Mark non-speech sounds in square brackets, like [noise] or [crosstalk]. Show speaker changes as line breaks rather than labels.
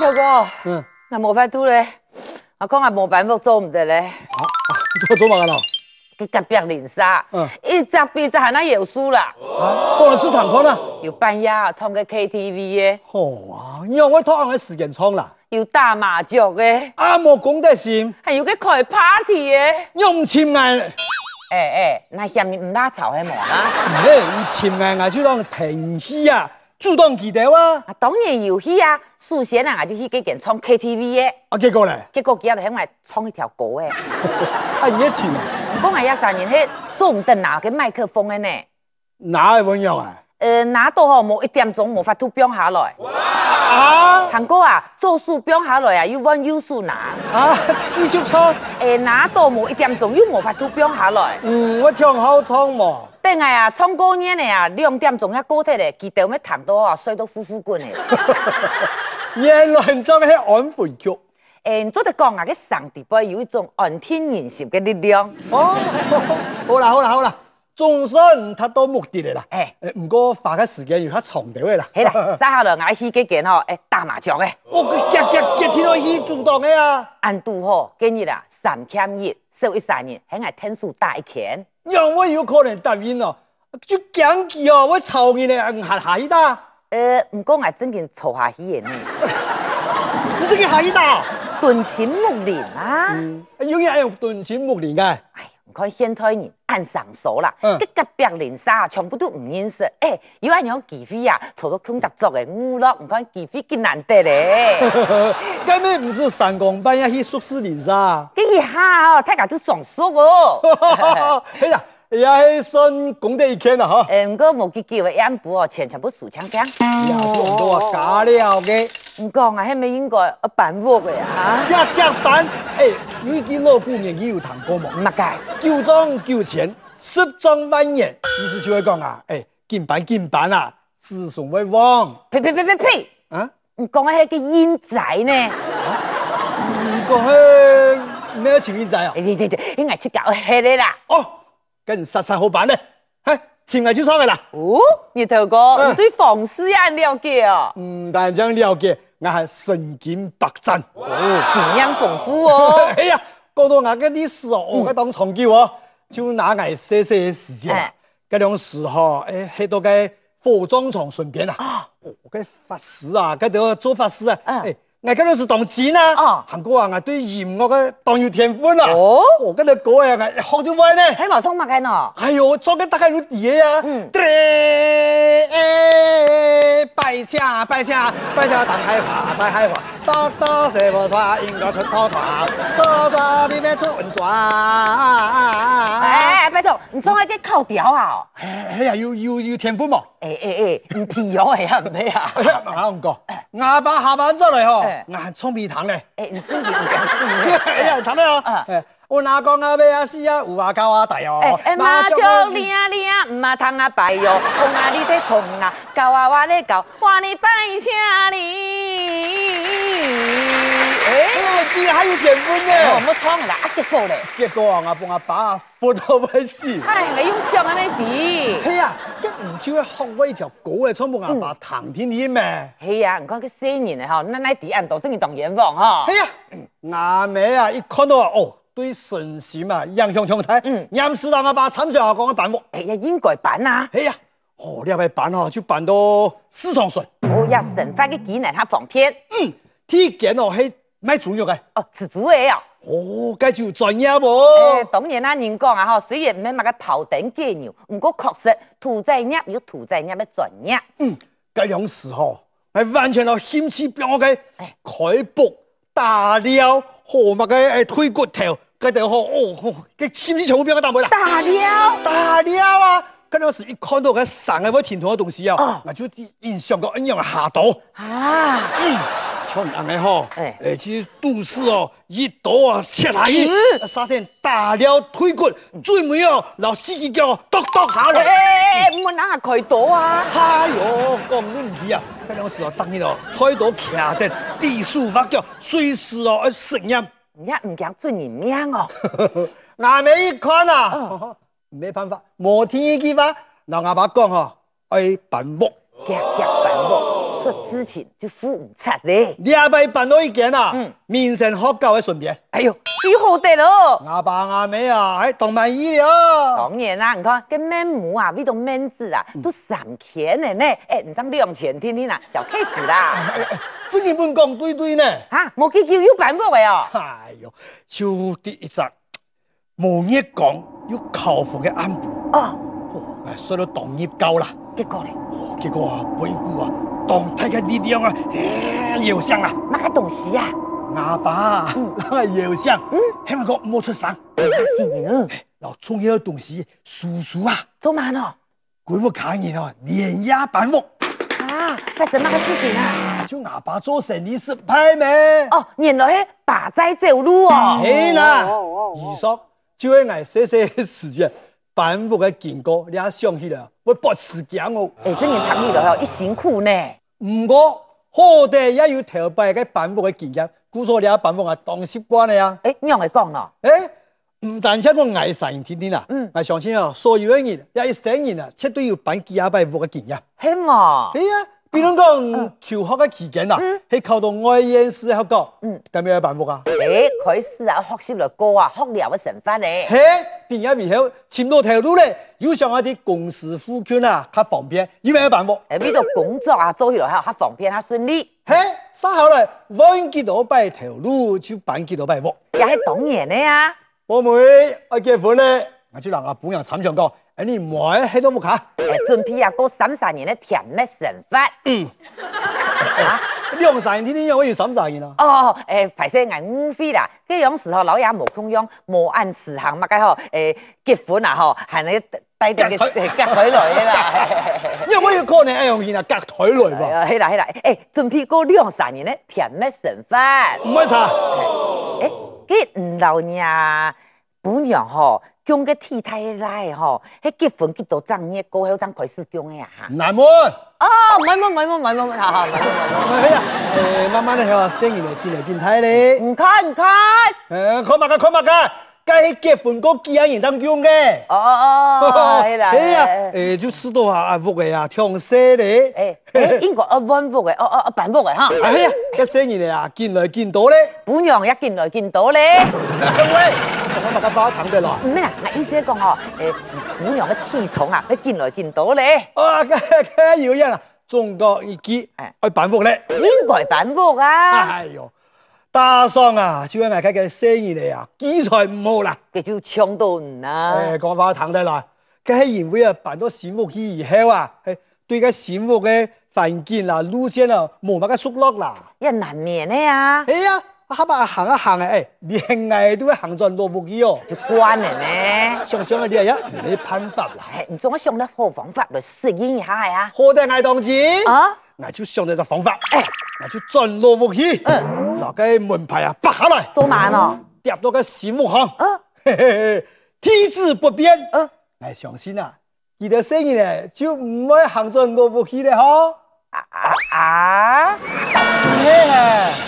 哥哥，
嗯，
那无法拄咧，阿公也无办法做毋得咧，
做做嘛干了？
去隔壁邻沙
嗯，
一只比一只还那有输啦，
啊，过了是坦克啦。
有半夜创个 KTV 的，
好啊，因为我讨厌的时间长啦。
有打麻将的，
啊，无讲得是，
还有去开 party 的，
又唔亲爱，
哎哎，那嫌伊唔拉草啊迄无啦，
嘿，唔亲爱，我就让停息啊，主动记得哇。
啊当然有去啊，事先啊就去给人创 KTV 的，
啊，结果咧，
结果今日喺外创一条歌的，
啊，你一亲啊，
讲阿爷三年迄做毋得拿个麦克风的呢。
哪会温样啊？
呃，拿到吼无一点钟无法度标下来。
啊
韩国啊，做数标下来啊，又往有数拿，
啊，你就唱，
诶，拿到无一点钟又无法度标下来。
嗯，我唱好唱嘛。
等下啊，创过年的啊，两点钟才过体嘞，记得要躺到啊，睡到呼呼滚的。 [laughs]
原来你做咩安魂曲？
诶，你做得讲啊，个上帝波有一种暗天人性的力量。
哦， [laughs] 好啦好啦好啦，总算达到目的嚟啦。
诶，
誒唔過花嘅時間要較長啲位啦。
嘿啦，
[laughs]
三啊下落爱去几件吼，哦诶，打麻将的，
哦我佢日日日天都去主動嘅啊，
安度吼，今日啊，三欠日，收一三日，喺我天数打一拳。
讓我有可能答應哦，就講佢哦，我吵你咧，唔下下一打，
呃，唔讲啊，真经坐下去的呢。 [laughs]
你真係下一打。
敦亲睦邻啊！
嗯，永遠係用斷錢木年嘅。
哎呀，你看现代人按上手啦，
嗯
个隔壁邻沙全部都唔认识。哎、有安样机会啊，坐到空搭作的娱乐，你看机会几难得嘞。
[laughs] [laughs] 根本唔是三更半夜去熟市連沙。
这一下哦，大家就爽熟哦。
[laughs] 哎呀，也係算講得一啊天啦，嗬。
哎，不过无记记的眼部哦，钱全部输枪枪。
呀，咁多啊，假了嘅。
唔讲啊，迄咪应该呃办屋的啊？
一一板，哎，你啲老姑娘有談過冇？
唔该，
九庄九钱，十庄万元，意思就會講啊，哎，金板金板啊，自信為王
呸呸呸呸呸！
啊！
唔讲啊，迄个烟仔呢？
唔過去咩前面仔啊
哎？对对对，应该去搞迄个啦。
哦，跟實實好辦咧，嘿，前嚟就收嘅啦。
哦，你头哥，
嗯
你对房事啊了解
[laughs]
哦？
嗯，但係這樣了解，我係身經百戰。
经验丰富哦。
哎呀，講到我嘅啲事哦，
嗯
我當長久哦，就拿嚟寫寫時間啦
哎。
嗰種時候，誒喺到嘅服裝廠順便啊，哦嘅法師啊，嗰度做法師啊，
嗯
誒，我嗰度是當錢啊
哦，
韓國啊，我對音樂嘅當有天分啊，
哦
我嗰度歌啊，我學咗歪呢，
喺毛松物嘅喏，
哎呦，做嘅大概有啲啊
嗯，
對，拜下拜下拜下，當海華晒海華，多多謝我耍應該出拖團，多多你咩出混轉。
哎，拜托，你创一个口条啊？ [laughs]
哎呀，要要要天分嘛！
哎哎哎，唔自由系啊，唔咩啊？
哎呀，阿唔哥，牙把下班出嚟吼，
哎
牙葱皮糖咧。
哎，你自己唔讲事
哎呀，
嘅。
糖咧哦
啊。
哎我哪講啊，咩啊西啊，有啊高啊大哦
哎。哎，麻
麻將
将
啊
你啊你啊，唔啊通啊拜哟，空啊你在空啊，教啊我咧教，我你拜请你。哎，
哎，竟然还有天分
我
呢！
冇创啦，啊结果咧，
结果啊，我帮阿爸啊，扶到不死。
哎，你用上安尼字。
嘿啊，咁唔少去學我一條狗嘅衝木阿爸談天啲咩？
系啊，你看佢四年的吼，咱咱底按度真係當眼望吼
嘿。呀，牙尾啊一看到啊，哦，對神仙啊，樣樣樣睇
嗯，
啱是讓阿爸慘上阿講嘅辦目。
哎呀，應該辦啊！
嘿呀，哦，呢位辦哦，就辦到思上順，
我要神發嘅技能他防騙
天件哦係咩重要嘅？
哦，自主嘅哦。
哦，介就專業
誒，
喎。
當然啦，人講啊吼，雖然唔係乜個頭頂雞牛，唔過確實屠宰業有屠宰業嘅專業。
嗯，介兩時候係完全哦掀起俾我嘅
哎
開膊、打料、河物嘅誒哎推骨頭，佢哋哦哦，嘅掀起全部俾我打冇啦。
大了，
大了啊！跟當時一看到佢上嘅位田同嘅東西啊
啊，
我就印象個一樣係下到，
啊，
像人嘅吼，
哎嗯
誒，其實都市哦，一刀啊切下去，沙田大了腿骨，最尾哦，老司機叫我剁剁下
誒
來。
唔好人啊開刀啊！
哎呦，講唔起啊！嗰當時哦，當然哦，菜刀徛得地鼠發叫，隨時哦要實驗。
人家唔驚準人命哦，
牙尾一看啊，沒辦法，冇天機吧？老阿爸講哦，愛辦木。
夾夾辦喎，个之前就付唔出咧。
两百办到一件啊
嗯，
民生学教的顺便，
哎呦，最好得咯。
阿爸阿妹啊，哎，当满意了。
当然啦，你看，跟面膜啊，味道面子啊，都三千的呢。哎，唔当两千天天啊，小 case 啦。
这你们讲对对呢？
哈，冇去叫有办法的哦。
哎呦，就第一集，无业讲有校服嘅安排，
哦，
哦哎，说到当业教啦，
结果咧，
哦结果啊，回顾啊，当太嘅力量啊，哎又响啊，
那个东西啊，
阿爸啊 [laughs]
嗯，
那又响，还没讲没出声，
那是你呢？
然后重要的东西，叔叔啊，
做嘛呢？
鬼屋看人哦，连夜搬屋。
啊，发生那个事情啊？
啊就阿爸做生意失败咩？
哦，原来是霸仔走路哦。
嘿啦，二叔，就喺挨细细时间，反复嘅见过，你一想起来，我不时惊我。
哎，这年堂里头哦，一辛苦呢。
唔过好歹也有头摆嘅反复嘅经验，故说你啊反复啊当习惯了呀。
哎，你让我讲咯。
诶，唔但止我挨神天天啦
嗯，
我相信啊，所有嘅人，也一生人啊，绝对有反几下百复嘅经验。
嘿嘛，
系啊，比如讲求学嘅期间啊
哦嗯，
喺靠到外研师學教，
嗯
咁樣嘅反复啊。
哎，开始啊，学习了歌啊，学了嘅成法咧。
嘿，便也未晓，前路頭路咧，要上一啲公司付權啊，較方便，因為有辦法。
哎，呢度工作啊，做起来还有较方便，较顺利。
嘿，稍後咧，揾幾多擺條路就辦幾多擺鑊。
也係當然的啊！
我妹我結婚咧，我就人阿本人慘上講，誒哎你唔係喺度冇卡，
誒，準備啊，過三十年的甜蜜生活。嗯。啊，
兩三年天天有我要審查人啊。
哦，誒，排泄眼烏飛啦，嗰樣時候老爺無空養，無按時行乜嘅嗬，誒，結婚啊嗬，係你低定嘅 [laughs]
隔佢
隔佢來啦。
因為我要講你哎用現啊隔腿嚟喎，
係啦係啦，誒，準備過兩三年的甜蜜生活。
唔該查。
誒，嗰吳老娘本娘嗬，將個體態來嗬，喺結婚結到正月過後，先開始講嘅啊。
南門，
哦，唔係唔係唔係唔係唔係，好好唔係唔係唔係。
哎呀，誒慢慢咧喺我聲音嚟變嚟變睇咧。
唔看唔看， [laughs]
誒，看物噶看物噶，計起結婚嗰幾廿年當用嘅。
哦哦，係啦，
[laughs] 哎呀，诶，就知道啊，阿福嘅啊，唱西咧，
誒
[laughs]
誒，英國啊温服嘅，哦哦哦辦服嘅哈，
哎呀，一些年嚟啊，見來見到咧，
本樣一見來見到咧，
喂，我咪咁包氹佢來，
唔咩啦，嗱醫生講哦，誒本樣嘅體重啊，一見來見到咧，
啊， [laughs] 梗梗要人啊，中國熱結
哎
去辦福咧，
應該辦服啊，
[laughs] 哎呦，打喪啊，主要係佢嘅生意嚟啊，基材唔好啦，哎
佢就搶到唔啦
誒，，講包氹佢來，佢喺宴會啊辦到善福以後啊，係對個善福嘅環境啦、路線啊，冇乜嘅熟絡啦。
一難免咧啊，
哎呀，哈嘛行啊行啊，哎，恋愛都要行轉落木機哦。
就關嘅咩？
想想啊，你啊，你攀法啦，
誒，唔中我想得好方法嚟適應一下呀，
好歹愛當子，
啊，
我就想到一個方法，哎
誒，
我就轉落木機，
嗯
拿個門牌啊拔下來，
做慢哦，
疊到個小木行，
啊
嘿嘿嘿，體制不變。
啊。
我相信啊，你的生意呢就唔會行轉落木機了吼。
À. 啊啊啊！
嘿嘿。